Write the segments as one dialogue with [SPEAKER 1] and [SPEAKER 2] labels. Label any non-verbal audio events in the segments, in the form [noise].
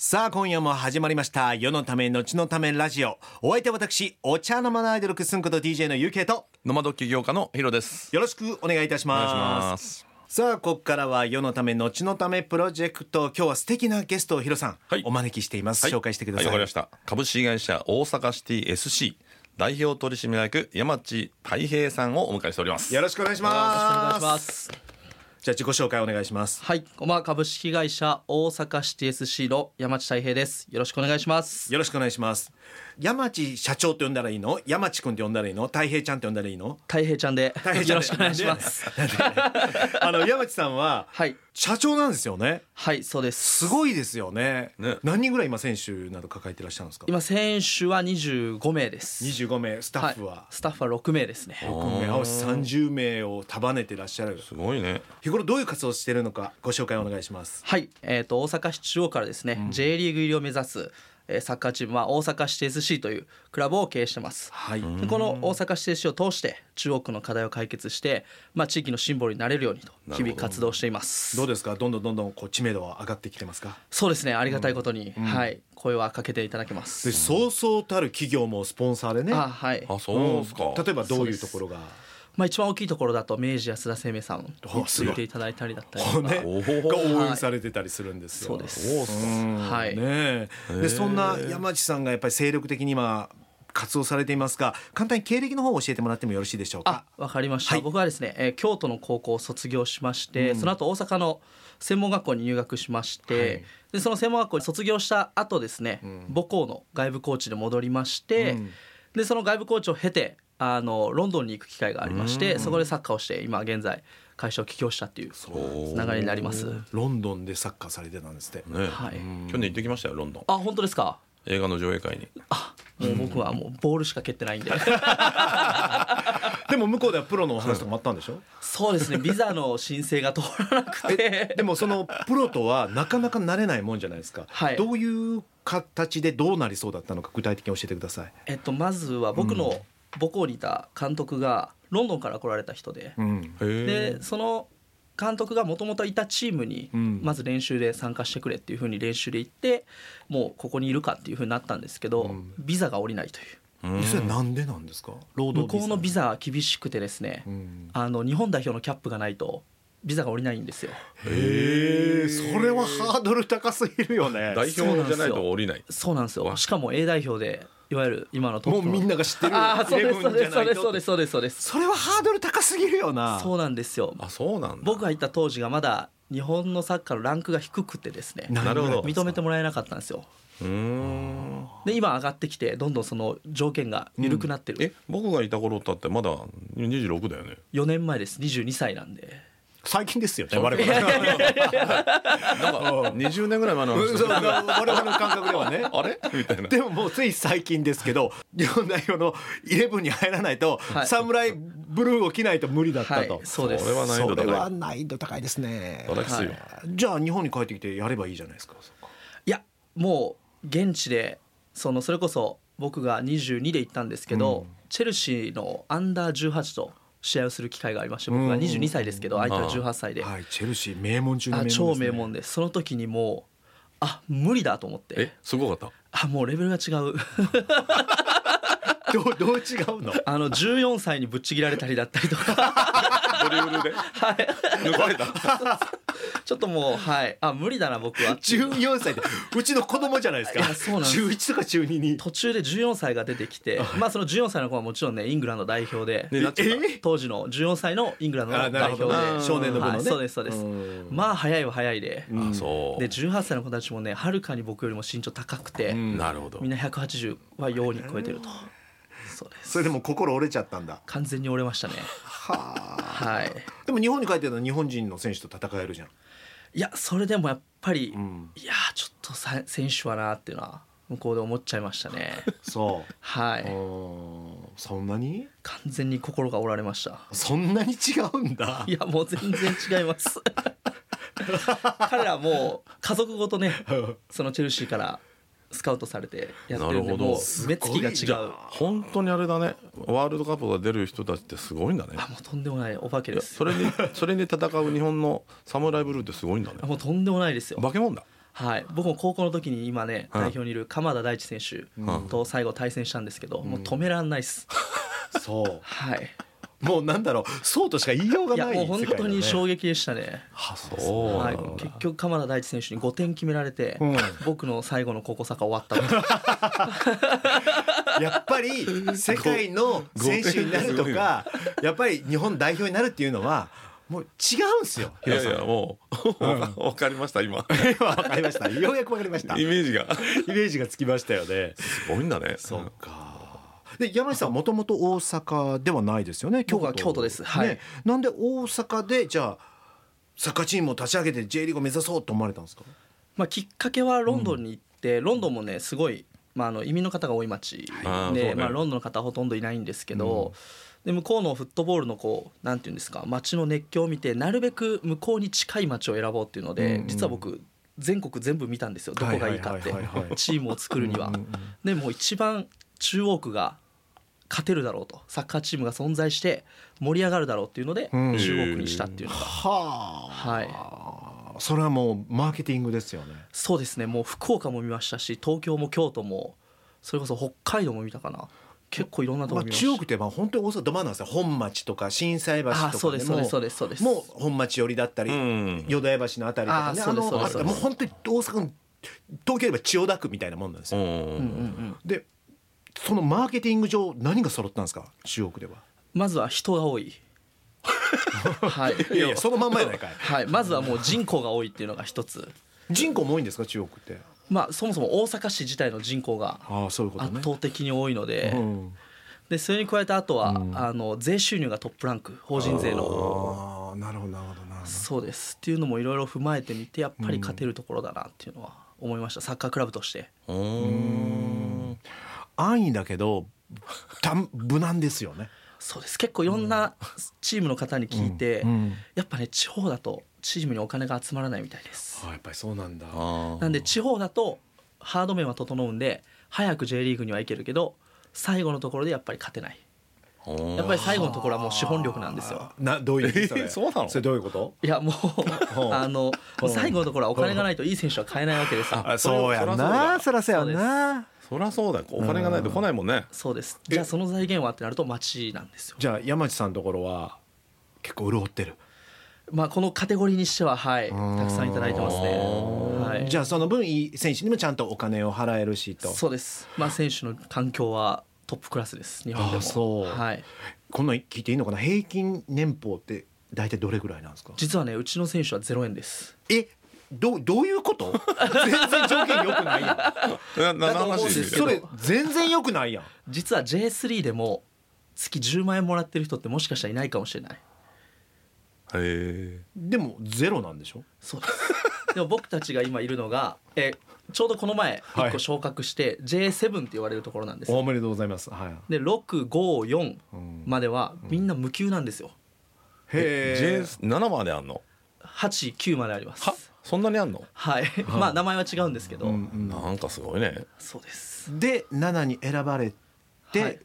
[SPEAKER 1] さあ今夜も始まりました世のため後のためラジオお相手は私お茶の間のアイドルくすんこと DJ のゆけいと
[SPEAKER 2] ノマド起業家のヒロです。
[SPEAKER 1] よろしくお願いいたし
[SPEAKER 2] お
[SPEAKER 1] ます
[SPEAKER 2] す。
[SPEAKER 1] さあここからは世のため後のためプロジェクト今日は素敵なゲストをヒロさん、
[SPEAKER 2] はい
[SPEAKER 1] お招きしています、
[SPEAKER 2] はい
[SPEAKER 1] 紹介してください、
[SPEAKER 2] はい、わかりました。株式会社大阪シティ SC 代表取締役山地太平さんをお迎えしております。
[SPEAKER 1] よろしくお願いします
[SPEAKER 3] よろしくお願いします。
[SPEAKER 1] じゃあ自己紹介お願いします
[SPEAKER 3] はい、こんばんは株式会社大阪シティ SC の山地太平です。よろしくお願いします。
[SPEAKER 1] よろしくお願いします山地社長って呼んだらいいの山地君って呼んだらいいの太平ちゃんって呼んだらいいの
[SPEAKER 3] 太平ちゃんで
[SPEAKER 1] 平ちゃんで
[SPEAKER 3] よろしくお願いします。
[SPEAKER 1] あの山地さんは
[SPEAKER 3] はい、
[SPEAKER 1] 社長なんですよね
[SPEAKER 3] はい、そうです。
[SPEAKER 1] すごいですよね
[SPEAKER 2] ね
[SPEAKER 1] 何人ぐらい今選手など抱えてらっしゃるんですか
[SPEAKER 3] 今選手は25名です。
[SPEAKER 1] 25名スタッフは、
[SPEAKER 3] い、スタッフは6名ですね。
[SPEAKER 1] 僕合わせ30名を束ねてらっしゃる
[SPEAKER 2] すごいね。
[SPEAKER 1] 日頃どういう活動をしているのかご紹介お願いします
[SPEAKER 3] はい、えー、と大阪市中央からですね、J リーグ入りを目指す、えーサッカーチームは大阪市 SC というクラブを経営してます。
[SPEAKER 1] はい、
[SPEAKER 3] でこの大阪市 SC を通して中央区の課題を解決して、まあ、地域のシンボルになれるようにと日々活動しています。
[SPEAKER 1] どうですかどんどんどんどんこう知名度は上がってきてますか
[SPEAKER 3] そうですねありがたいことに、はい声はかけていただけま。
[SPEAKER 1] ですそうそうたる企業もスポンサーでね
[SPEAKER 3] あはい。
[SPEAKER 2] あ、そうですか。
[SPEAKER 1] うん例えばどういうところが
[SPEAKER 3] まあ一番大きいところだと明治安田生命さんに
[SPEAKER 1] おす
[SPEAKER 3] つ
[SPEAKER 1] ごい
[SPEAKER 3] いていただいたりだったりとか、
[SPEAKER 1] 骨が
[SPEAKER 2] お
[SPEAKER 1] 応
[SPEAKER 2] ー
[SPEAKER 1] 援されてたりするんですよ、
[SPEAKER 3] そうで
[SPEAKER 2] そうっ
[SPEAKER 3] す。
[SPEAKER 2] すか。
[SPEAKER 3] はい。
[SPEAKER 1] ねえでそんな山地さんがやっぱり精力的に今活動されていますが簡単に経歴の方を教えてもらってもよろしいでしょう
[SPEAKER 3] あ
[SPEAKER 1] か、
[SPEAKER 3] わかりました。
[SPEAKER 1] はい
[SPEAKER 3] 僕はですね、えー京都の高校を卒業しまして、その後大阪の専門学校に入学しまして、
[SPEAKER 1] はい
[SPEAKER 3] でその専門学校に卒業した後ですね、母校の外部コーチに戻りまして、
[SPEAKER 1] うん
[SPEAKER 3] でその外部コーチを経てあのロンドンに行く機会がありまして、そこでサッカーをして今現在会社を起業したっていう流れになります。
[SPEAKER 1] ロンドンでサッカーされてたんですって、
[SPEAKER 2] ね、
[SPEAKER 3] はい
[SPEAKER 2] 去年行ってきましたよロンドン。
[SPEAKER 3] あ本当ですか。
[SPEAKER 2] 映画の上映会に。
[SPEAKER 3] あもう僕はもうボールしか蹴ってない
[SPEAKER 1] [laughs]
[SPEAKER 3] んで
[SPEAKER 1] でも向こうではプロのお話とかもあったんでしょ
[SPEAKER 3] そうですねビザの申請が通らなくて
[SPEAKER 1] でもそのプロとはなかなかなれないもんじゃないですか、
[SPEAKER 3] はい
[SPEAKER 1] どういう形でどうなりそうだったのか具体的に教えてください、
[SPEAKER 3] えっと、まずは僕の母校にいた監督がロンドンから来られた人で,、
[SPEAKER 1] うん
[SPEAKER 2] へえ
[SPEAKER 3] で。その監督がもともといたチームに
[SPEAKER 1] うん
[SPEAKER 3] まず練習で参加してくれっていうふうに練習で行ってもうここにいるかっていうふうになったんですけど、
[SPEAKER 1] うん
[SPEAKER 3] ビザが下りないという
[SPEAKER 2] うん
[SPEAKER 1] それはなんでなんですか労
[SPEAKER 3] 向
[SPEAKER 1] 働ビ
[SPEAKER 3] こ
[SPEAKER 1] ザ
[SPEAKER 3] うのビザは厳しくてですね、
[SPEAKER 1] うん
[SPEAKER 3] あの日本代表のキャップがないとビザが下りないんですよ。
[SPEAKER 1] へえそれはハードル高すぎるよね
[SPEAKER 2] 代表じゃないと降りない。
[SPEAKER 3] そうなんですよ
[SPEAKER 2] わ
[SPEAKER 3] しかも A 代表でいわゆる今のトッ
[SPEAKER 1] もう
[SPEAKER 3] プの
[SPEAKER 1] みんなが知ってる
[SPEAKER 3] ああそうですそうですそ
[SPEAKER 1] と
[SPEAKER 3] うですそうですそうですそうです
[SPEAKER 1] それはハードル高すぎるよな
[SPEAKER 3] そうなんですよ
[SPEAKER 2] あ、そうなんだ。
[SPEAKER 3] 僕が行った当時がまだ日本のサッカーのランクが低くてですね
[SPEAKER 1] な
[SPEAKER 2] るほど
[SPEAKER 3] 認めてもらえなかったんですよ
[SPEAKER 2] うーん。
[SPEAKER 3] で今上がってきてどんどんその条件が緩くなって
[SPEAKER 2] え
[SPEAKER 3] る、、
[SPEAKER 2] 僕がいた頃だってまだ二十六だよね。
[SPEAKER 3] 4年前です22歳なんで
[SPEAKER 1] 最近ですよね
[SPEAKER 2] 我
[SPEAKER 1] 我 [laughs]
[SPEAKER 2] 々
[SPEAKER 1] 々 [laughs]
[SPEAKER 2] なんか二十年ぐらい前の話。
[SPEAKER 1] 我々の感覚ではね
[SPEAKER 2] あれみたい
[SPEAKER 1] [laughs]
[SPEAKER 2] な。
[SPEAKER 1] でももうつい最近ですけど日本代表のイレブンに入らないと、
[SPEAKER 3] はい
[SPEAKER 1] 侍ブルーを着ないと無理だった
[SPEAKER 3] はい
[SPEAKER 1] と、
[SPEAKER 3] そうです
[SPEAKER 2] それは難易
[SPEAKER 1] そ
[SPEAKER 2] 度
[SPEAKER 1] れ
[SPEAKER 2] 高。
[SPEAKER 1] はい難易度高いですね
[SPEAKER 2] それはきついよ。
[SPEAKER 1] じゃあ日本に帰ってきてやればいいじゃないですか
[SPEAKER 3] いやもう現地でそのそれこそ僕が22で行ったんですけど、チェルシーのアンダー18と試合をする機会がありまして僕が22歳ですけど相手は18歳で、
[SPEAKER 1] はいチェルシー名門中の名門
[SPEAKER 3] あ
[SPEAKER 1] です、ね、
[SPEAKER 3] 超名門ですその時にもうあ無理だと思って
[SPEAKER 2] え、すごかっ
[SPEAKER 3] あもうレベルが違う [laughs]
[SPEAKER 1] どうどう違うの
[SPEAKER 3] あの14歳にぶっちぎられたりだったりとか
[SPEAKER 1] [laughs]
[SPEAKER 2] た。ドリブルで抜かれた。
[SPEAKER 3] ちょっともうはいあ無理だな僕はっていう
[SPEAKER 1] 14歳でうちの子供じゃないです
[SPEAKER 3] い
[SPEAKER 1] か
[SPEAKER 3] やそうなんです
[SPEAKER 1] 中1とか中2に
[SPEAKER 3] 途中で14歳が出てきてまあその14歳の子はもちろんねイングランド代表で、
[SPEAKER 2] ねなっちゃった
[SPEAKER 3] 当時の14歳のイングランド
[SPEAKER 1] あ
[SPEAKER 3] の
[SPEAKER 1] な
[SPEAKER 3] 代
[SPEAKER 1] るほど
[SPEAKER 3] 表で
[SPEAKER 1] あー少年の部のね
[SPEAKER 3] はいそうですそうです
[SPEAKER 1] う
[SPEAKER 3] まあ早いは早いで
[SPEAKER 2] あそう。
[SPEAKER 3] で18歳の子たちもねはるかに僕よりも身長高くて、
[SPEAKER 2] なるほど
[SPEAKER 3] みん。な180はように超えてるとそうです
[SPEAKER 1] それでもう心折れちゃったんだ
[SPEAKER 3] 完全に折れましたねはい
[SPEAKER 1] でも日本に帰ってたら日本人の選手と戦えるじゃん
[SPEAKER 3] いやそれでもやっぱり、
[SPEAKER 1] ん
[SPEAKER 3] いやーちょっとさ選手はなーっていうのは向こうで思っちゃいまし
[SPEAKER 2] [laughs]
[SPEAKER 3] たね
[SPEAKER 1] そ
[SPEAKER 3] は
[SPEAKER 1] う
[SPEAKER 3] い
[SPEAKER 1] うんそんなに
[SPEAKER 3] 完全に心が折られま
[SPEAKER 2] [laughs]
[SPEAKER 3] した
[SPEAKER 1] そんなに違うんだ
[SPEAKER 3] いやもう全然違います
[SPEAKER 2] [laughs]
[SPEAKER 3] 彼らもう家族ごと
[SPEAKER 2] [laughs]
[SPEAKER 3] ねそのチェルシーからスカウトされてやってるん
[SPEAKER 2] なる
[SPEAKER 3] で
[SPEAKER 2] ほど
[SPEAKER 3] も
[SPEAKER 2] す
[SPEAKER 3] う目つきが違
[SPEAKER 1] じゃ
[SPEAKER 3] う
[SPEAKER 2] 本当にあれだね。ワールドカップが出る人たちってすごいんだね。
[SPEAKER 3] あもうとんでもないお化け
[SPEAKER 2] い
[SPEAKER 3] で
[SPEAKER 2] や
[SPEAKER 3] す
[SPEAKER 2] それにそれに戦う日本のサムライブルーってすごいんだね
[SPEAKER 3] あ。もうとんでもないですよ
[SPEAKER 2] 化け物だ。
[SPEAKER 3] はい、僕も高校の時に今ね
[SPEAKER 2] はい
[SPEAKER 3] 代表にいる鎌田大地選手と最後対戦したんですけど、もう止めらんないっす、
[SPEAKER 1] そ [laughs]
[SPEAKER 3] はい、
[SPEAKER 1] うもうなんだろうそうとしか言いようが
[SPEAKER 3] いや
[SPEAKER 1] ない
[SPEAKER 3] もう本
[SPEAKER 1] 世界だ
[SPEAKER 3] 当
[SPEAKER 1] ね
[SPEAKER 3] に衝撃でしたね、
[SPEAKER 1] あそう
[SPEAKER 3] は
[SPEAKER 1] ないんだ、
[SPEAKER 3] 結局鎌田大地選手に5点決められて、
[SPEAKER 1] うん
[SPEAKER 3] 僕の最後の高校サッカー終わったんです
[SPEAKER 1] やっぱり世界の選手になるとかやっぱり日本代表になるっていうのはもう違うんですよ
[SPEAKER 2] い
[SPEAKER 1] ヒロ
[SPEAKER 2] やい
[SPEAKER 1] さん
[SPEAKER 2] やもうわかりました今
[SPEAKER 1] 今分かりましたようやく分かりました
[SPEAKER 2] イ
[SPEAKER 1] イメ
[SPEAKER 2] メージが
[SPEAKER 1] ージがつきましたよね
[SPEAKER 2] すごいんだね
[SPEAKER 1] そうかで山内さんもともと大阪ではないですよね
[SPEAKER 3] 僕は京都ですはい
[SPEAKER 1] ねなんで大阪でじゃあサッカーチームを立ち上げて J リーグを目指そうと思われたんですか
[SPEAKER 3] まあきっかけはロンドンに行って、ロンドンもねすごい、まあ、あの移民の方が多い町で、
[SPEAKER 2] あーそうね
[SPEAKER 3] まあ、ロンドンの方はほとんどいないんですけど、で向こうのフットボールのこうなんていうんですか町の熱狂を見てなるべく向こうに近い町を選ぼうっていうので、
[SPEAKER 1] うんうん
[SPEAKER 3] 実は僕全国全部見たんですよどこがいいかって
[SPEAKER 1] はいはいはいはいはい
[SPEAKER 3] チームを作るには
[SPEAKER 1] うんうんうん。
[SPEAKER 3] でもう一番中央区が勝てるだろうとサッカーチームが存在して盛り上がるだろうっていうので
[SPEAKER 1] うん
[SPEAKER 3] 中央区にしたっていうのが、
[SPEAKER 1] は
[SPEAKER 3] はい。
[SPEAKER 1] あそれはもうマーケティングですよね
[SPEAKER 3] そうですねもう福岡も見ましたし東京も京都もそれこそ北海道も見たかな結構いろんなとこ
[SPEAKER 1] まあ、
[SPEAKER 3] 見ま
[SPEAKER 1] 中
[SPEAKER 3] し
[SPEAKER 1] 国ってまあ本当に大阪ど真ん中ですよ本町とか心斎橋と
[SPEAKER 3] あそう
[SPEAKER 1] か
[SPEAKER 3] で
[SPEAKER 1] です
[SPEAKER 3] そう
[SPEAKER 1] も
[SPEAKER 3] ですそうですそうです
[SPEAKER 1] もう本町寄りだったり、
[SPEAKER 2] うん
[SPEAKER 1] 淀屋橋のあたりとかね
[SPEAKER 3] あ
[SPEAKER 1] あ
[SPEAKER 3] そうです
[SPEAKER 1] の
[SPEAKER 3] そうです
[SPEAKER 1] あもう本当に大阪の東京で言えば千代田区みたいなもんなんです
[SPEAKER 2] う
[SPEAKER 1] よ、
[SPEAKER 3] た、う
[SPEAKER 2] ん
[SPEAKER 3] んうんうん、
[SPEAKER 1] でそのマーケティング上何が揃ったんですか中国では
[SPEAKER 3] まずは人が
[SPEAKER 1] [laughs]
[SPEAKER 3] 多いはい
[SPEAKER 1] いやいやそのまんまやないかい
[SPEAKER 3] はい、まずはもう人口が多いっていうのが一つ
[SPEAKER 1] 人口も多いんですか中国って
[SPEAKER 3] まあそもそも大阪市自体の人口が
[SPEAKER 1] ああそういうことね
[SPEAKER 3] 圧倒的に多いので、
[SPEAKER 1] うん、
[SPEAKER 3] でそれに加えてあとは、あの税収入がトップランク法人税の
[SPEAKER 1] ああなるほどなるほどなるほ
[SPEAKER 3] そうですっていうのもいろいろ踏まえてみてやっぱり勝てるところだなっていうのは思いましたサッカークラブとして
[SPEAKER 2] うん
[SPEAKER 1] ど安易だけどたん無難ですよね
[SPEAKER 3] そうです結構いろんなチームの方に聞いて、
[SPEAKER 1] うん
[SPEAKER 3] やっぱね地方だとチームにお金が集まらないみたいです、
[SPEAKER 1] あやっぱりそうなんだ
[SPEAKER 2] あ
[SPEAKER 3] なんで地方だとハード面は整うんで早く J リーグには行けるけど最後のところでやっぱり勝てない
[SPEAKER 2] ー
[SPEAKER 3] やっぱり最後のところはもう資本力なんですよ
[SPEAKER 1] などういう意味そ
[SPEAKER 2] え
[SPEAKER 1] れ
[SPEAKER 2] そうなの
[SPEAKER 1] それどういうこと
[SPEAKER 3] いやも
[SPEAKER 1] [laughs] う
[SPEAKER 3] うあの
[SPEAKER 1] うん
[SPEAKER 3] 最後のところはお金がないといい選手は買えないわけですよ
[SPEAKER 2] あそうやんな
[SPEAKER 1] そらそう
[SPEAKER 3] やん
[SPEAKER 1] な
[SPEAKER 2] そりゃそうだよお金がないと来ないもんね
[SPEAKER 3] そうですじゃあその財源はってなると町なんですよ
[SPEAKER 1] じゃあ山地さんのところは結構潤ってる、
[SPEAKER 3] まあこのカテゴリーにしてははい
[SPEAKER 1] ん
[SPEAKER 3] たくさんいただいてますねはい
[SPEAKER 1] じゃあその分いい選手にもちゃんとお金を払えるしと
[SPEAKER 3] そうですまあ選手の環境はトップクラスです日本で
[SPEAKER 1] あ
[SPEAKER 3] も
[SPEAKER 1] そう
[SPEAKER 3] はい
[SPEAKER 1] こんなん聞いていいのかな平均年俸って大体どれぐらいなんですか
[SPEAKER 3] 実はねうちの選手は0円です
[SPEAKER 1] えどうどういうこと全然条件良くないやん
[SPEAKER 2] なな
[SPEAKER 3] だと思うん
[SPEAKER 2] 話
[SPEAKER 3] ですけ
[SPEAKER 1] そ
[SPEAKER 3] ど
[SPEAKER 1] れ全然良くないやん
[SPEAKER 3] 実は J3 でも月10万円もらってる人ってもしかしたらいないかもしれない
[SPEAKER 2] へ
[SPEAKER 1] でもゼロなんでしょ
[SPEAKER 3] そうです
[SPEAKER 1] [laughs]
[SPEAKER 3] でも僕たちが今いるのがえちょうどこの前
[SPEAKER 1] はい
[SPEAKER 3] 1個昇格して J7 って言われるところなんですよ
[SPEAKER 1] おめでとうございますはい
[SPEAKER 3] で654
[SPEAKER 1] ん
[SPEAKER 3] まではみんな無給なんですよ
[SPEAKER 2] え
[SPEAKER 1] へえ
[SPEAKER 2] J7 まであんの
[SPEAKER 3] 89までありま
[SPEAKER 2] は
[SPEAKER 3] す
[SPEAKER 2] そんなにあんの
[SPEAKER 3] はいまあ名前は違うんですけど
[SPEAKER 2] なんかすごいね
[SPEAKER 3] そうです
[SPEAKER 1] で7に選ばれて、
[SPEAKER 3] はい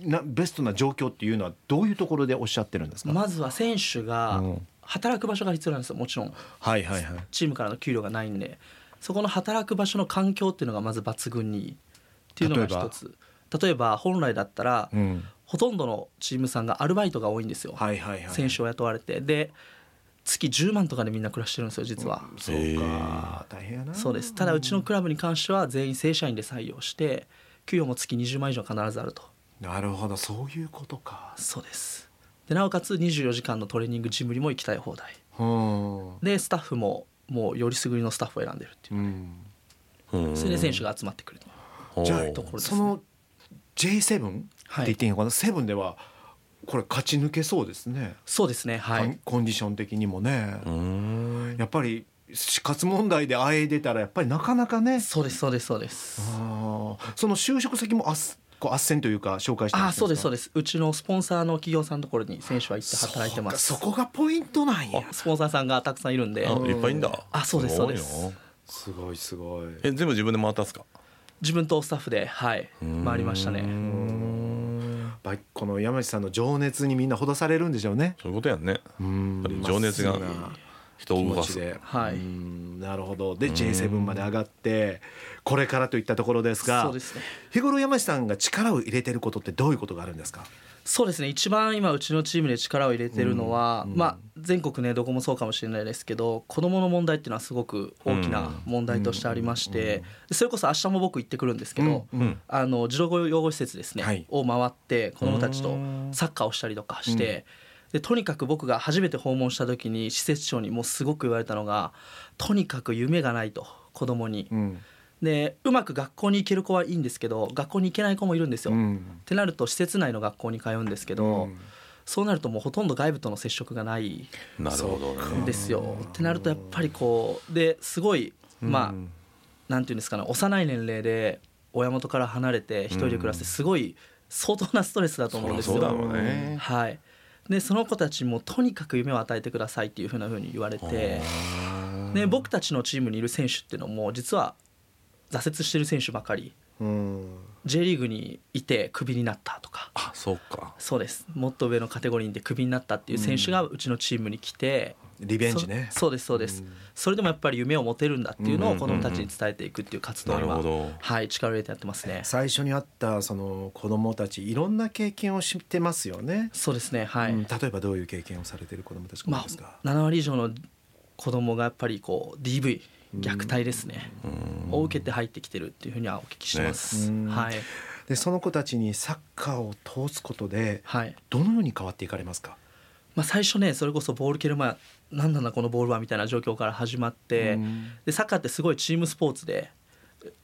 [SPEAKER 1] なベストな状況っていうのはどういうところでおっしゃってるんですか、
[SPEAKER 3] まずは選手が
[SPEAKER 1] うん
[SPEAKER 3] 働く場所が必要なんですよもちろん
[SPEAKER 1] はいはいはい
[SPEAKER 3] チームからの給料がないんでそこの働く場所の環境っていうのがまず抜群にいいっていうのが
[SPEAKER 1] 例えば
[SPEAKER 3] 一つ例えば本来だったら、
[SPEAKER 1] ん
[SPEAKER 3] ほとんどのチームさんがアルバイトが多いんですよ、
[SPEAKER 1] はいはいはい
[SPEAKER 3] 選手を雇われてで月10万とかでみんな暮らしてるんですよ実は、
[SPEAKER 1] そうか大変やな
[SPEAKER 3] そうですただうちのクラブに関しては全員正社員で採用して給与も月20万以上必ずあると
[SPEAKER 1] なるほどそういうことか
[SPEAKER 3] そうですでなおかつ24時間のトレーニングジムにも行きたい放題
[SPEAKER 1] うん、
[SPEAKER 3] でスタッフももうよりすぐりのスタッフを選んでるっていう
[SPEAKER 1] うん、
[SPEAKER 2] うん
[SPEAKER 3] それで選手が集まってくる
[SPEAKER 1] じゃあ
[SPEAKER 2] おう
[SPEAKER 3] ところです
[SPEAKER 1] その J7 って
[SPEAKER 3] はい
[SPEAKER 1] 言っていいのかな、セブンではこれ勝ち抜けそうですね、
[SPEAKER 3] そうですねは
[SPEAKER 1] コン
[SPEAKER 3] い
[SPEAKER 1] コンディション的にもね、
[SPEAKER 2] うん
[SPEAKER 1] やっぱり死活問題であえいでたらやっぱりなかなかね
[SPEAKER 3] そうですそうですそうです
[SPEAKER 1] あーその就職先もあっこうあっせんというか紹介して
[SPEAKER 3] ああそうですそう
[SPEAKER 1] で
[SPEAKER 3] ですうちのスポンサーの企業さんのところに選手は行って働いてます
[SPEAKER 1] そこがポイントなんや
[SPEAKER 3] スポンサーさんがたくさんいるんで
[SPEAKER 2] あいっぱいいんだ
[SPEAKER 3] あそうですそうです
[SPEAKER 2] ごいよ
[SPEAKER 1] すごいすごい
[SPEAKER 2] え全部自分で回ったんすか
[SPEAKER 3] 自分とスタッフではい回りましたね
[SPEAKER 1] やっぱりこの山内さんの情熱にみんなほだされるんでしょうね
[SPEAKER 2] そういうことやんねやっぱり情熱が人を動
[SPEAKER 1] 気
[SPEAKER 2] か
[SPEAKER 1] 持
[SPEAKER 2] す
[SPEAKER 1] ちで
[SPEAKER 3] はい
[SPEAKER 1] うんなるほどで J7 まで上がってこれからといったところですが
[SPEAKER 3] そうですね
[SPEAKER 1] 日頃山下さんが力を入れてることってどういうことがあるんですか
[SPEAKER 3] そうですね一番今うちのチームで力を入れてるのは、
[SPEAKER 1] うんうん
[SPEAKER 3] まあ、全国ねどこもそうかもしれないですけど子どもの問題っていうのはすごく大きな問題としてありまして、それこそ明日も僕行ってくるんですけど、
[SPEAKER 1] うんうん
[SPEAKER 3] あの児童養護施設ですね、
[SPEAKER 1] はい
[SPEAKER 3] を回って子どもたちとサッカーをしたりとかして。でとにかく僕が初めて訪問した時に施設長にもうすごく言われたのがとにかく夢がないと子供に、
[SPEAKER 1] うん
[SPEAKER 3] でうまく学校に行ける子はいいんですけど学校に行けない子もいるんですよ、
[SPEAKER 1] うん
[SPEAKER 3] ってなると施設内の学校に通うんですけど、
[SPEAKER 1] うん
[SPEAKER 3] そうなるともうほとんど外部との接触がない
[SPEAKER 2] なるほど
[SPEAKER 3] ん
[SPEAKER 2] ね
[SPEAKER 3] ですよ。ってなるとやっぱりこうですごいまあ、なんていうんですかね幼い年齢で親元から離れて一人で暮らすってすごい相当なストレスだと
[SPEAKER 2] そ
[SPEAKER 3] 思う
[SPEAKER 2] り
[SPEAKER 3] ん
[SPEAKER 2] ゃ
[SPEAKER 3] です
[SPEAKER 2] そうだろ
[SPEAKER 3] よ。
[SPEAKER 2] うね
[SPEAKER 3] はい、でその子たちもとにかく夢を与えてくださいっていうふうなふうに言われて、で僕たちのチームにいる選手っていうのも実は挫折してる選手ばかり
[SPEAKER 1] うん、
[SPEAKER 3] J リーグにいてクビになったとか
[SPEAKER 2] あそうか
[SPEAKER 3] そうですもっと上のカテゴリーでクビになったっていう選手がうちのチームに来て、
[SPEAKER 1] リベンジね
[SPEAKER 3] そそうですそうです、それでもやっぱり夢を持てるんだっていうのを子どもたちに伝えていくっていう活動
[SPEAKER 2] な
[SPEAKER 3] に
[SPEAKER 2] る
[SPEAKER 3] は、
[SPEAKER 2] ほど
[SPEAKER 3] はい、力を入れてやってますね
[SPEAKER 1] 最初にあったその子どもたちいろんな経験を知ってますよね、
[SPEAKER 3] そうですねはい、
[SPEAKER 1] うん例えばどういう経験をされてる子どもたちが多
[SPEAKER 3] ま
[SPEAKER 1] い
[SPEAKER 3] あ
[SPEAKER 1] ですか、
[SPEAKER 3] 7割以上の子どもがやっぱりこう DV 虐待ですね、を受けて入ってきてるっていうふうにはお聞きしてます、
[SPEAKER 1] ねうん
[SPEAKER 3] はい
[SPEAKER 1] でその子たちにサッカーを通すことで
[SPEAKER 3] はい
[SPEAKER 1] どのように変わっていかれますか、
[SPEAKER 3] まあ、最初ねそれこそボール蹴る前何なんだこのボールはみたいな状況から始まって、
[SPEAKER 1] うん
[SPEAKER 3] でサッカーってすごいチームスポーツで、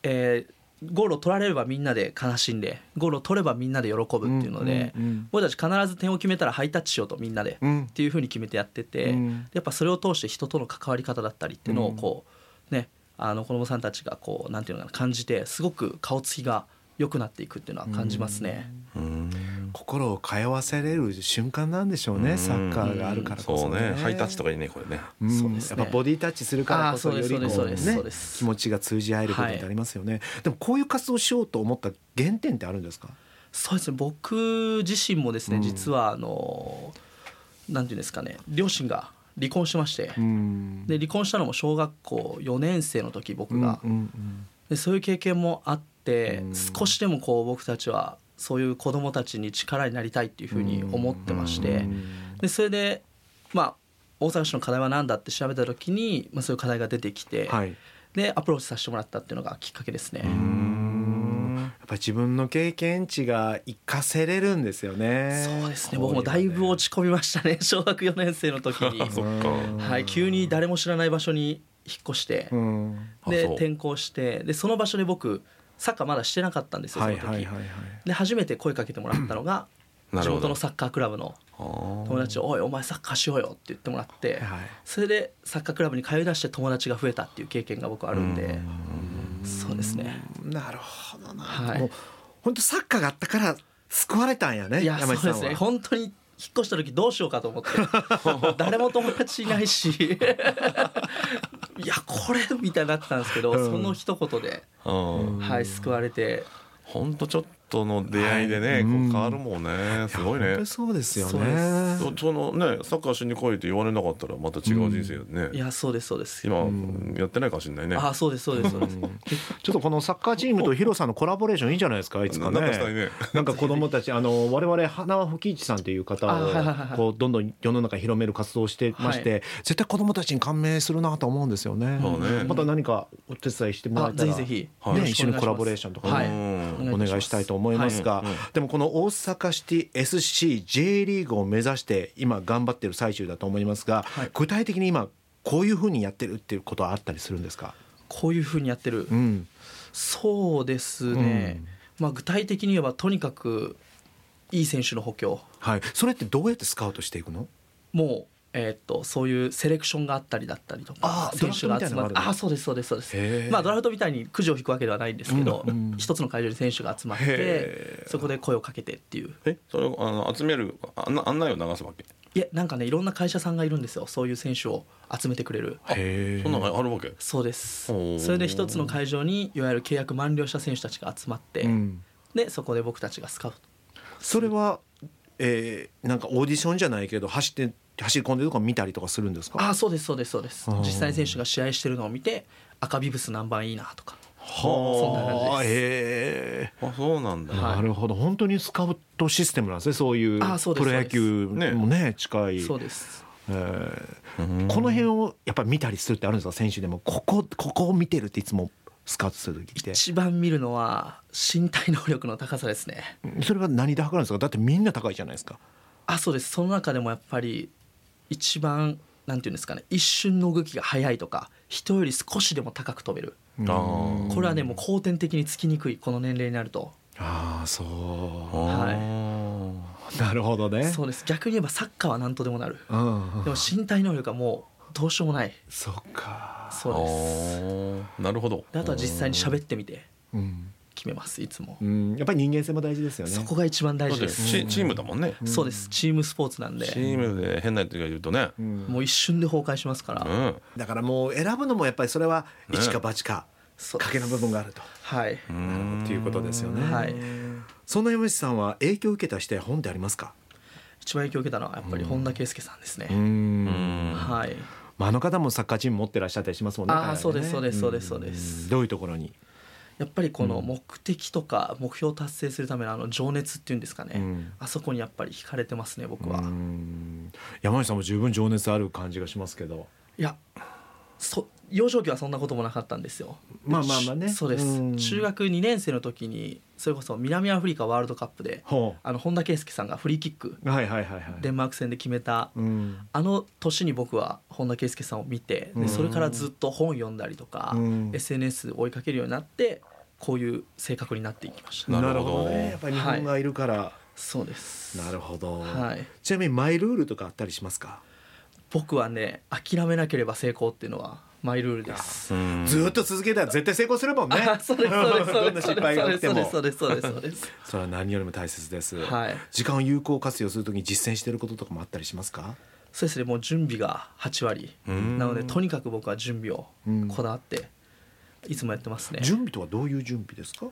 [SPEAKER 3] えーゴールを取られればみんなで悲しんでゴールを取ればみんなで喜ぶっていうので、
[SPEAKER 1] うんうんうん
[SPEAKER 3] 僕たち必ず点を決めたらハイタッチしようとみんなで、
[SPEAKER 1] うん
[SPEAKER 3] っていうふうに決めてやってて、
[SPEAKER 1] うん
[SPEAKER 3] でやっぱそれを通して人との関わり方だったりっていうのをこう、ねあの子どもさんたちがこうなんていうのかな感じてすごく顔つきが良くなっていくっていうのは感じますね。
[SPEAKER 2] うん
[SPEAKER 1] 心を通わせれる瞬間なんでしょうね、
[SPEAKER 2] うん
[SPEAKER 1] サッカーがあるからこ
[SPEAKER 2] そ
[SPEAKER 1] そう
[SPEAKER 2] ねハイタッチとかいいねこれね
[SPEAKER 1] うん
[SPEAKER 3] そうですね
[SPEAKER 1] やっぱボディタッチするからこそ
[SPEAKER 3] あー
[SPEAKER 1] より
[SPEAKER 3] そう
[SPEAKER 1] こ
[SPEAKER 3] ですそううです
[SPEAKER 1] ね
[SPEAKER 3] そうです
[SPEAKER 1] 気持ちが通じ合えることってありますよね、でもこういう活動をしようと思った原点ってあるんですか
[SPEAKER 3] そうですね僕自身もですね、
[SPEAKER 1] うん
[SPEAKER 3] 実はあのなんていうんですかね両親が離婚しまして、
[SPEAKER 1] うん
[SPEAKER 3] で離婚したのも小学校4年生の時僕が、
[SPEAKER 1] うんうん
[SPEAKER 3] でそういう経験もあって、
[SPEAKER 1] うん
[SPEAKER 3] 少しでもこう僕たちはそういう子どもたちに力になりたいっていうふうに思ってまして、
[SPEAKER 1] うん
[SPEAKER 3] でそれでまあ大阪市の課題は何だって調べた時に、まあ、そういう課題が出てきて、
[SPEAKER 1] はい
[SPEAKER 3] でアプローチさせてもらったっていうのがきっかけですね。
[SPEAKER 1] やっぱり自分の経験値が活かせれるんですよね。
[SPEAKER 3] そうですね僕もだいぶ落ち込みましたね小学4年生の時
[SPEAKER 1] [laughs]
[SPEAKER 3] に、
[SPEAKER 2] そっか
[SPEAKER 3] はい、急に誰も知らない場所に引っ越して、
[SPEAKER 1] うん、
[SPEAKER 2] あ
[SPEAKER 3] で
[SPEAKER 2] そう
[SPEAKER 3] 転校してでその場所で僕サッカーまだしてなかったんですよそ
[SPEAKER 1] は
[SPEAKER 3] の
[SPEAKER 1] い
[SPEAKER 3] 時、
[SPEAKER 1] はいはいはい。
[SPEAKER 3] で初めて声かけてもらったのが
[SPEAKER 2] な
[SPEAKER 3] 地
[SPEAKER 2] るほ
[SPEAKER 3] 元
[SPEAKER 2] ど
[SPEAKER 3] のサッカークラブの
[SPEAKER 2] あー
[SPEAKER 3] 友達を「おいお前サッカーしようよ」って言ってもらって、
[SPEAKER 1] はい
[SPEAKER 3] それでサッカークラブに通い出して友達が増えたっていう経験が僕はあるんで、そうですね
[SPEAKER 1] なるほどな。
[SPEAKER 3] はい
[SPEAKER 1] もう本当サッカーがあったから救われたんやね。
[SPEAKER 3] いやそ
[SPEAKER 1] 山
[SPEAKER 3] う
[SPEAKER 1] 内さん
[SPEAKER 3] で
[SPEAKER 1] は
[SPEAKER 3] すね本当に引っ越した時どうしようかと思って
[SPEAKER 1] [laughs]
[SPEAKER 3] 誰も友達いないし [laughs] いやこれみたいになってたんですけど、
[SPEAKER 1] うん
[SPEAKER 3] その一言で、
[SPEAKER 2] うん
[SPEAKER 3] はい、救われて
[SPEAKER 2] ほんとちょっとの出会いでねこう変わるもんねすごい
[SPEAKER 1] 本
[SPEAKER 2] ね
[SPEAKER 1] 当そうですよ
[SPEAKER 3] そうで
[SPEAKER 1] ね。
[SPEAKER 2] そそのねサッカーしに来いって言われなかったらまた違う人生ね、
[SPEAKER 3] いやそうですそうです
[SPEAKER 2] 今やってないかもしれないね
[SPEAKER 3] あそうですそうですそうです
[SPEAKER 1] ちょっとこのサッカーチームとヒロさんのコラボレーションいいんじゃないですか。いつかね。
[SPEAKER 2] なんかしたいね
[SPEAKER 1] なんか子供たちあ
[SPEAKER 3] [laughs]
[SPEAKER 1] の我々花輪吹一さんという方
[SPEAKER 3] あはいはいはいは
[SPEAKER 1] を
[SPEAKER 3] い
[SPEAKER 1] こうどんどん世の中に広める活動をしてまして、
[SPEAKER 3] は
[SPEAKER 1] 絶対子供たちに感銘するなと思うんですよね。
[SPEAKER 2] そうね
[SPEAKER 1] また何かお手伝いしてもら
[SPEAKER 3] あ
[SPEAKER 1] えた
[SPEAKER 3] ぜ
[SPEAKER 1] ら
[SPEAKER 3] ひぜひ、
[SPEAKER 1] ね
[SPEAKER 3] よろし
[SPEAKER 1] 一緒に
[SPEAKER 3] くお願いします
[SPEAKER 1] コラボレーションとかね
[SPEAKER 3] はい
[SPEAKER 2] うん
[SPEAKER 1] お願いしたいと思いますが、
[SPEAKER 2] はいうん
[SPEAKER 1] でもこの大阪シティ SCJ リーグを目指して今頑張ってる最中だと思いますが、
[SPEAKER 3] はい
[SPEAKER 1] 具体的に今こういうふうにやってるっていうことはあったりするんですか、
[SPEAKER 3] こういうふうにやってる、
[SPEAKER 1] うん
[SPEAKER 3] そうですね、まあ具体的に言えばとにかくいい選手の補強
[SPEAKER 1] はい、それってどうやってスカウトしていくの
[SPEAKER 3] もうえーっとそういうセレクションがあったりだったりと
[SPEAKER 1] あ
[SPEAKER 3] か
[SPEAKER 1] ー
[SPEAKER 3] 選手が集まっ
[SPEAKER 1] ドラフトみたいなのがあるの
[SPEAKER 3] てあそうですそうですそうで
[SPEAKER 1] へ
[SPEAKER 3] す
[SPEAKER 1] ー
[SPEAKER 3] まあドラフトみたいにくじを引くわけではないんですけど、
[SPEAKER 1] うんうん
[SPEAKER 3] 一つの会場に選手が集まっ
[SPEAKER 1] へ
[SPEAKER 3] てそこで声をかけてっていう
[SPEAKER 2] えそれをあの集めるあんな案内を流すわけ
[SPEAKER 3] いやなんかねいろんな会社さんがいるんですよそういう選手を集めてくれる
[SPEAKER 1] へ
[SPEAKER 2] そんなのあるわけ
[SPEAKER 3] そうです
[SPEAKER 2] おー
[SPEAKER 3] それで一つの会場にいわゆる契約満了した選手たちが集まって、
[SPEAKER 1] うん、
[SPEAKER 3] でそこで僕たちがスカウト
[SPEAKER 1] それは、えーなんかオーディションじゃないけど走って走り込んでるとか見たりとかするんですか
[SPEAKER 3] あそうですそうですそうです
[SPEAKER 1] うん
[SPEAKER 3] 実際選手が試合してるのを見て赤ビブス何番いいなとかそんな感
[SPEAKER 1] はあ
[SPEAKER 3] じ
[SPEAKER 1] へえ
[SPEAKER 2] あそうなんだ、
[SPEAKER 3] はい
[SPEAKER 1] なるほど本当にスカウトシステムなんですねそういう
[SPEAKER 3] あそうで
[SPEAKER 1] プ
[SPEAKER 3] す
[SPEAKER 1] ロ野球
[SPEAKER 2] そうです
[SPEAKER 1] もね近い
[SPEAKER 3] そうです
[SPEAKER 1] えー
[SPEAKER 2] うん
[SPEAKER 1] この辺をやっぱり見たりするってあるんですか選手でもここここを見てるっていつもスカウトする時って
[SPEAKER 3] 一番見るのは身体能力の高さですね
[SPEAKER 1] それは何で測るんですかだってみんな高いじゃないですか
[SPEAKER 3] あそうですその中でもやっぱり一番なんていうんですかね一瞬の動きが速いとか人より少しでも高く飛べる
[SPEAKER 2] あー
[SPEAKER 3] これはねもう後天的につきにくいこの年齢になると
[SPEAKER 1] ああそ
[SPEAKER 2] は
[SPEAKER 1] うなるほどね
[SPEAKER 3] そうです逆に言えばサッカーは何とでもなる
[SPEAKER 1] うん
[SPEAKER 3] でも身体能力はもうどうしようもない
[SPEAKER 1] そっか
[SPEAKER 3] そうです
[SPEAKER 2] なるほど
[SPEAKER 3] であとは実際に喋ってみて
[SPEAKER 1] うん、
[SPEAKER 3] 決めますいつも
[SPEAKER 1] うん、やっぱり人間性も大事ですよね
[SPEAKER 3] そこが一番大
[SPEAKER 2] だって
[SPEAKER 3] 事で
[SPEAKER 2] チ
[SPEAKER 3] す
[SPEAKER 2] チームだもんね、
[SPEAKER 3] そうですチームスポーツな
[SPEAKER 2] チ
[SPEAKER 3] んで
[SPEAKER 2] ームで変なやつがいるとね、
[SPEAKER 1] う
[SPEAKER 2] う
[SPEAKER 1] んん
[SPEAKER 3] もう一瞬で崩壊しますから
[SPEAKER 1] だからもう選ぶのもやっぱりそれは
[SPEAKER 2] ね
[SPEAKER 1] 一か八か
[SPEAKER 3] そう
[SPEAKER 1] 賭けの部分があると
[SPEAKER 3] はい
[SPEAKER 2] うん
[SPEAKER 1] っていうことですよね
[SPEAKER 3] はい
[SPEAKER 1] そんな山内さんは影響を受けたして本ってありますか
[SPEAKER 3] 一番影響を受けたのはやっぱり本田圭佑さんですね
[SPEAKER 1] ん
[SPEAKER 2] うん
[SPEAKER 3] はい
[SPEAKER 1] まあ、あの方もサッカーチーム持ってらっしゃったりしますもんね
[SPEAKER 3] あー
[SPEAKER 1] 海外ね
[SPEAKER 3] そうですそうですそうですそうです
[SPEAKER 1] んどういうところに、
[SPEAKER 3] やっぱりこの目的とか目標を達成するためのあの情熱っていうんですかね、
[SPEAKER 1] うん
[SPEAKER 3] あそこにやっぱり惹かれてますね僕は、
[SPEAKER 1] うん山内さんも十分情熱ある感じがしますけど
[SPEAKER 3] いやそ幼少期はそんなこともなかったんですよ
[SPEAKER 1] まあまあまあね
[SPEAKER 3] ちそうです、
[SPEAKER 1] うん
[SPEAKER 3] 中学2年生の時にそれこそ南アフリカワールドカップで
[SPEAKER 1] ほ
[SPEAKER 3] あの本田圭佑さんがフリーキック
[SPEAKER 1] うはいはいはいはい
[SPEAKER 3] デンマーク戦で決めた、
[SPEAKER 1] うん
[SPEAKER 3] あの年に僕は本田圭佑さんを見て
[SPEAKER 1] うん
[SPEAKER 3] でそれからずっと本読んだりとか、
[SPEAKER 1] うん
[SPEAKER 3] SNS 追いかけるようになってこういう性格になっていきました、
[SPEAKER 2] な
[SPEAKER 1] な
[SPEAKER 2] るほど
[SPEAKER 1] るほどねやっぱり日本がいるから、
[SPEAKER 3] そうです
[SPEAKER 1] なるほど、
[SPEAKER 3] はい
[SPEAKER 1] ちなみにマイルールとかあったりしますか、
[SPEAKER 3] 僕はね諦めなければ成功っていうのはマイルールです。
[SPEAKER 2] うん
[SPEAKER 1] ずーっと続けたら絶対成功するもんね
[SPEAKER 3] あそうですそうで
[SPEAKER 1] [laughs]
[SPEAKER 3] すそ
[SPEAKER 1] ど
[SPEAKER 3] う
[SPEAKER 1] んな
[SPEAKER 3] です
[SPEAKER 1] 失敗があっても
[SPEAKER 3] そうですそうですそうですそうで
[SPEAKER 1] それは何よりも大切です、
[SPEAKER 3] す。はい。
[SPEAKER 1] 時間を有効活用するときに実践していることとかもあったりしますか
[SPEAKER 3] そうですねもう準備が8割
[SPEAKER 2] うん
[SPEAKER 3] なのでとにかく僕は準備を
[SPEAKER 1] うん
[SPEAKER 3] こだわっていつもやってますね。
[SPEAKER 1] 準備とはどういう準備ですか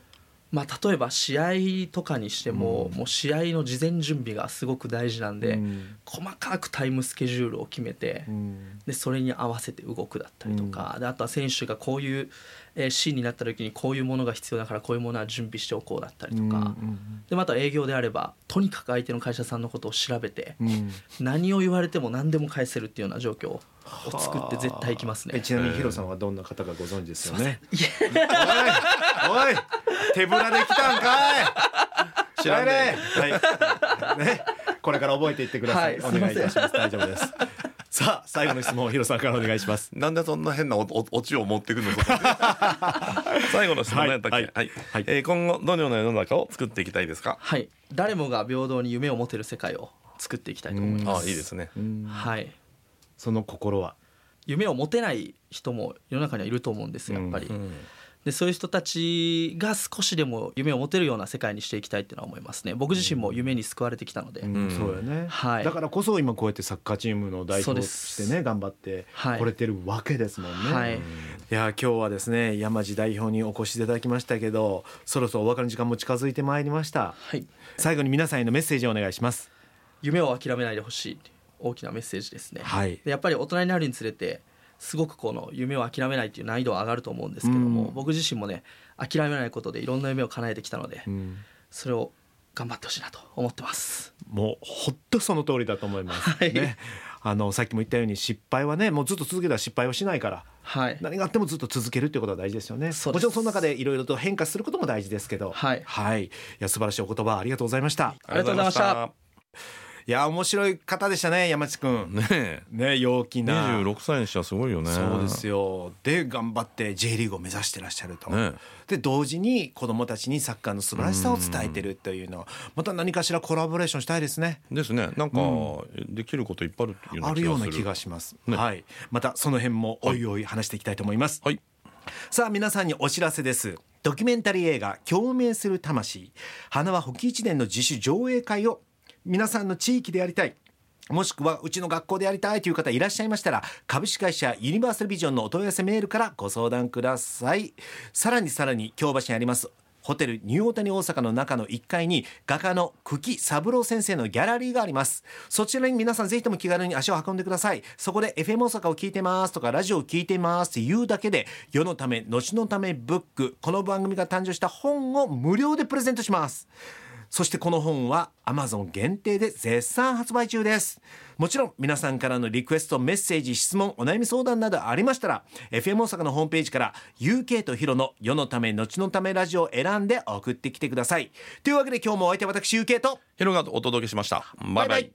[SPEAKER 3] まあ例えば試合とかにしてももう試合の事前準備がすごく大事なんで
[SPEAKER 1] うん
[SPEAKER 3] 細かくタイムスケジュールを決めて
[SPEAKER 1] うん
[SPEAKER 3] でそれに合わせて動くだったりとか、であとは選手がこういう、えーシーンになった時にこういうものが必要だからこういうものは準備しておこうだったりとか、でまた営業であればとにかく相手の会社さんのことを調べて、
[SPEAKER 1] うんうん
[SPEAKER 3] 何を言われても何でも返せるっていうような状況を作って絶対行きます
[SPEAKER 1] え
[SPEAKER 3] ね。
[SPEAKER 1] ちなみにヒロさんはどんな方かご存知ですよね。
[SPEAKER 3] いや
[SPEAKER 1] おい、おい、手ぶらで来たんかい。知らねえ。はい。ね、これから覚えていってください。
[SPEAKER 3] はい
[SPEAKER 1] お願いいたします。大丈夫です。さあ、最後の質問をヒロさんからお願いします。
[SPEAKER 2] なんでそんな変なおおオチを持ってく [laughs] るの最後の質問何やったっけ、
[SPEAKER 1] は
[SPEAKER 2] はいい
[SPEAKER 1] はい
[SPEAKER 2] えー今後どのような世の中を作っていきたいですか
[SPEAKER 3] はい誰もが平等に夢を持てる世界を作っていきたいと思いま
[SPEAKER 2] あ
[SPEAKER 3] す。
[SPEAKER 2] いいですね
[SPEAKER 3] はい
[SPEAKER 1] その心は。
[SPEAKER 3] 夢を持てない人も世の中にはいると思うんですよやっぱり、
[SPEAKER 2] うん
[SPEAKER 3] でそういう人たちが少しでも夢を持てるような世界にしていきたいっていうのは思いますね僕自身も夢に救われてきたので、
[SPEAKER 1] うんそうよね、
[SPEAKER 3] はい
[SPEAKER 1] だからこそ今こうやってサッカーチームの代
[SPEAKER 3] そう
[SPEAKER 1] 表と
[SPEAKER 3] で
[SPEAKER 1] し
[SPEAKER 3] す
[SPEAKER 1] てね頑張って
[SPEAKER 3] はい
[SPEAKER 1] これてるわけですもんね。
[SPEAKER 3] はい
[SPEAKER 1] いや今日はですね山地代表にお越しいただきましたけどそろそろお別れの時間も近づいてまいりました
[SPEAKER 3] はい
[SPEAKER 1] 最後に皆さんへのメッセージをお願いします
[SPEAKER 3] 夢を諦めないでほしい大きなメッセージですね、
[SPEAKER 1] はい
[SPEAKER 3] でやっぱり大人になるにつれてすごくこの夢を諦めないっていう難易度は上がると思うんですけども、
[SPEAKER 1] うん
[SPEAKER 3] 僕自身もね諦めないことでいろんな夢を叶えてきたので、
[SPEAKER 1] うん
[SPEAKER 3] それを頑張ってほしいなと思ってます
[SPEAKER 1] もうほんとその通りだと思います、
[SPEAKER 3] はい
[SPEAKER 1] ね、あのさっきも言ったように失敗はねもうずっと続けたら失敗はしないから
[SPEAKER 3] はい
[SPEAKER 1] 何があってもずっと続けるってことは大事ですよね
[SPEAKER 3] そう
[SPEAKER 1] も
[SPEAKER 3] で
[SPEAKER 1] ちろ
[SPEAKER 3] す
[SPEAKER 1] んその中でいろいろと変化することも大事ですけど
[SPEAKER 3] はい
[SPEAKER 1] い、いや素晴らしいお言葉ありがとうございました
[SPEAKER 3] ありがとうございました
[SPEAKER 1] いや面白い方でしたね山地君
[SPEAKER 2] ねえ
[SPEAKER 1] ね陽気な
[SPEAKER 2] 26歳にしてはすごいよね
[SPEAKER 1] そうですよで頑張って J リーグを目指してらっしゃると、
[SPEAKER 2] ね
[SPEAKER 1] で同時に子どもたちにサッカーの素晴らしさを伝えてるというのまた何かしらコラボレーションしたいですね
[SPEAKER 2] ですねなんか、できることいっぱいあるっていう
[SPEAKER 1] あるような気が
[SPEAKER 2] す
[SPEAKER 1] します、
[SPEAKER 2] ね
[SPEAKER 1] はいまたその辺もおいおい話していきたいと思います、
[SPEAKER 2] はい
[SPEAKER 1] さあ皆さんにお知らせですドキュメンタリー映画共鳴する魂花は補給一年の自主上映会を皆さんの地域でやりたいもしくはうちの学校でやりたいという方いらっしゃいましたら株式会社ユニバーサルビジョンのお問い合わせメールからご相談くださいさらにさらに京橋にありますホテルニューオータニ大阪の中の1階に画家の久喜三郎先生のギャラリーがありますそちらに皆さんぜひとも気軽に足を運んでくださいそこで FM 大阪を聞いてますとかラジオを聞いてますって言うだけで世のため後のためブックこの番組が誕生した本を無料でプレゼントしますそしてこの本は Amazon 限定で絶賛発売中です。もちろん皆さんからのリクエスト、メッセージ、質問、お悩み相談などありましたら、FM 大阪のホームページから UK とヒロの世のため、後のためラジオを選んで送ってきてください。というわけで今日もお相手は私 UK と
[SPEAKER 2] ヒロがお届けしましたバイバイ